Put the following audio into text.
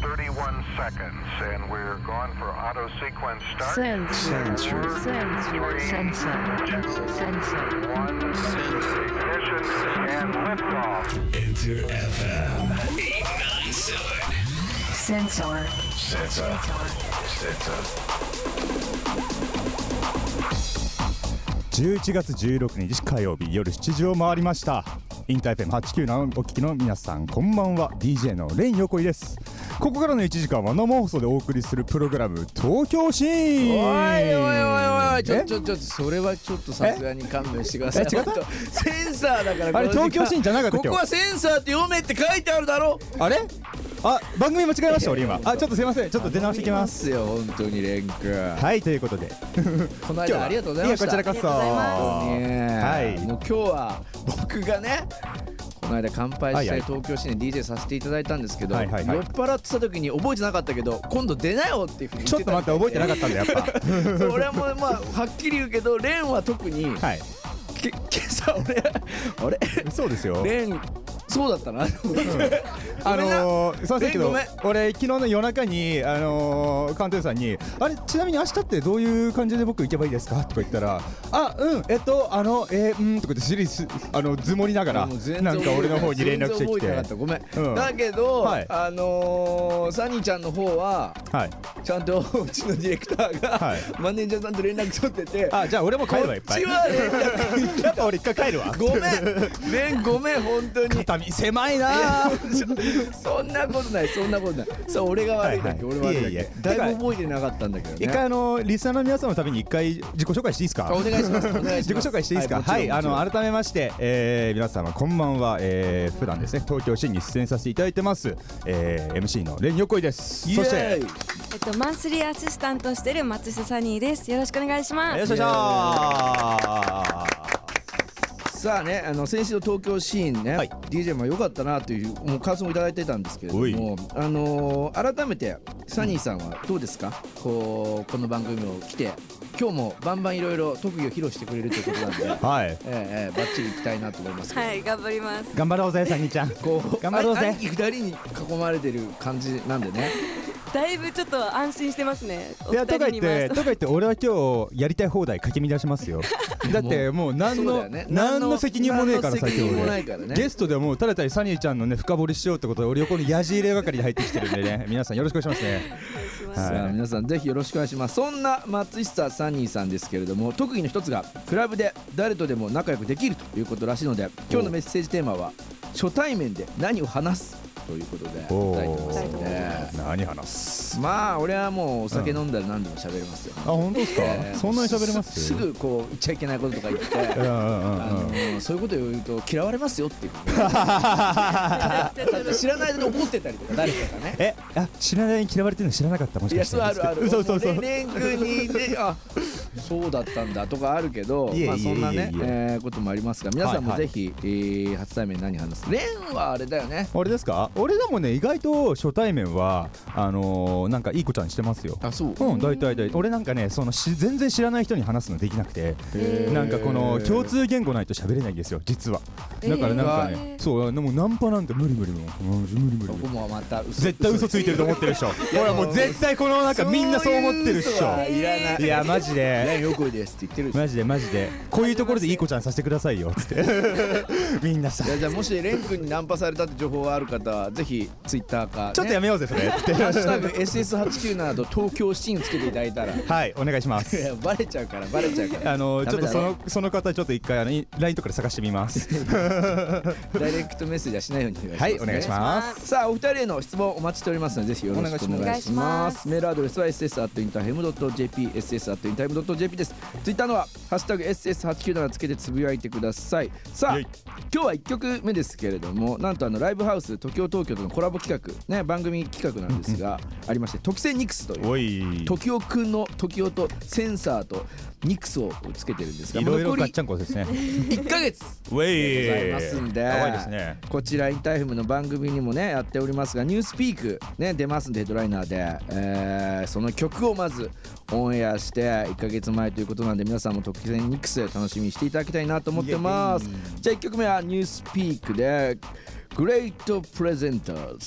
31 seconds, and we're going for auto sequence start. Sensor. Sensor. Sensor. Sensor. Sensor. One, ignition, and liftoff. Enter FM 897. Sensor. Sensor. Sensor. 11月16日火曜日夜7時を回りましたインター FM897 をお聞きの皆さんこんばんは DJ のレイン横井ですここからの1時間は生放送でお送りするプログラム「東京シーン」おいおいおいおいちょえちょちょそれはちょっとさすがに勘弁してくださいえ違った本当センサーだからあれこの時間東京新じゃなかったここ今はセンサーって読めって書いてあるだろあれあ番組間違えました俺今あちょっとすいませんちょっと出直してきまますすよ本当にレン君はいということでこの今日は間ありがとうございましたやこちらこそはいはいもう今日は僕がねこの間乾杯はしいてはい東京市で DJ させていただいたんですけど、はいはいはい酔っ払ってた時に覚えてなかったけど今度出なよっていうふうにち言ょっってたと待って覚えてなかったんだやっぱ それはもうまあはっきり言うけどレンは特に、はいけ今朝俺あれそうですよレンそうだったなあのー、すいませんけごどめん俺昨日の夜中にあのー、鑑定士さんに「あれちなみに明日ってどういう感じで僕行けばいいですか?」とか言ったら「あうんえっとあのえー、うん」とかってシリーズあの図盛りながらもう全然なんか俺の方に連絡して全然き覚えなかったてごめん、うんだけど、はいあのー、サニーちゃんの方ははいちゃんとうちのディレクターが、はいマネージャーさんと連絡取っててあじゃあ俺も帰るわいっこっぱいちは連絡 やっぱ俺一回帰るわごめんレンごめん本当に畳狭いいなやあ そんなことないそんなことないそう俺が悪いんだけど、はいはい俺が悪いんだいえけいえどだいぶ覚えてなかったんだけどね一回あのーリスナーの皆さんのために一回自己紹介していいですかあお願いしますお願いします 自己紹介していいですかはい、あもちろんもちろんの改めまして、えー、皆様こんばんは、えー、普段ですね東京市に出演させていただいてます、えー、MC のレン横井ですそしイエてーイえっとマンスリーアシスタントをしてる松下サニーです。よろしくお願いします。しゃさあねあの先週の東京シーンね、はい DJ も良かったなというもう感想もいただいてたんですけれどおいも、あのー改めてサニーさんはどうですか、こうこの番組を来て今日もバンバンいろいろ特技を披露してくれるということなんで、ー はいええええバッチリいきたいなと思いますけど、はい、頑張ります。頑張ろうぜサニー ちゃんこう頑張ろうあぜ兄貴二人に囲まれてる感じなんでねだいぶちょっと安心してますね。おいや二と人かに言って回とすか言って俺は今日やりたい放題かき乱します よだってもう何そうだのよね何の責任もねえから何の最責近任もな俺いからねゲストではもうただただサニーちゃんのね深掘りしようってことで俺横にやじ入れ係で入ってきてるんでね皆さんよろしくお願いします ねお願いしますはいさあ皆さんぜひよろしくお願いしますそんな松下サニーさんですけれども特技の一つがクラブで誰とでも仲良くできるということらしいので今日のメッセージテーマは初対面で何を話すということでお答えてますのーで何話すまあ俺はもうお酒飲んだら何でも喋れますよ、あ本当ですか、えーそんなに喋れますすぐこう言っちゃいけないこととか言って うんうんうんあうんのそういうこと言うと嫌われますよっていう 知らない間に怒ってたりとか誰かがねえあ知らないに嫌われてるの知らなかったもしいかやしてそうあるあるそうそうそうもレン君に ねあそうだったんだとかあるけどいえいえまあそんなねいえいええーこともありますが皆さんもはいぜはいひえー初対面何話すレンはあれだよね俺ですか俺でもね意外と初対面はあのー、なんかいい子ちゃんしてますよあそううん、大体大体俺なんかねそのし全然知らない人に話すのできなくてなんかこの共通言語ないと喋れないんですよ実はだからなんかねえそうでもナンパなんて無理無理もううん無理無理無僕理もまた嘘絶対嘘ついてると思ってるでしょほらもう絶対このなんかみんなそう思ってるっし嘘はょいらないいやマジレでンよくですって言ってるでしょマジでマジでこういうところでいい子ちゃんさせてくださいよつって みんなさいやじゃあもしレン君にナンパされたって情報がある方はぜひツイッターかねちょっとやめようぜそれつってハッシュタグ SS897 と東京シーンつけていただいたらいはいお願いしますやバレちゃうからバレちゃうからあのちょっとダメだそろのその方ちょっと一回あのい LINE とかで探してみますダイレクトメッセージはしないようにお願いします、はね、いお願いしますさあお二人への質問お待ちしておりますのでぜひよろしくおお願願いいししまますすメールアドレスは ss.intime.jp ss.intime.jp ですツイッターのは「ハッシュタグ #ss897」つけてつぶやいてくださいさあイェイ今日は1曲目ですけれどもなんとあのライブハウス東京東京とのコラボ企画ね番組企画なんですがありまして「特選ニクス」というおい時雄くんの時雄とセンサーとニクスをつけてるんですがいろいろ残ガッりチャンコですね1ヶ月ウェございますんで怖いですねこちらインタイフムの番組にもねやっておりますが「ニュースピークね出ますんでヘッドライナーで、えーその曲をまずオンエアして1ヶ月前ということなんで皆さんも特選ニックス楽しみにしていただきたいなと思ってますじゃあ1曲目は「ニュースピークで「グレートプレゼンターズ」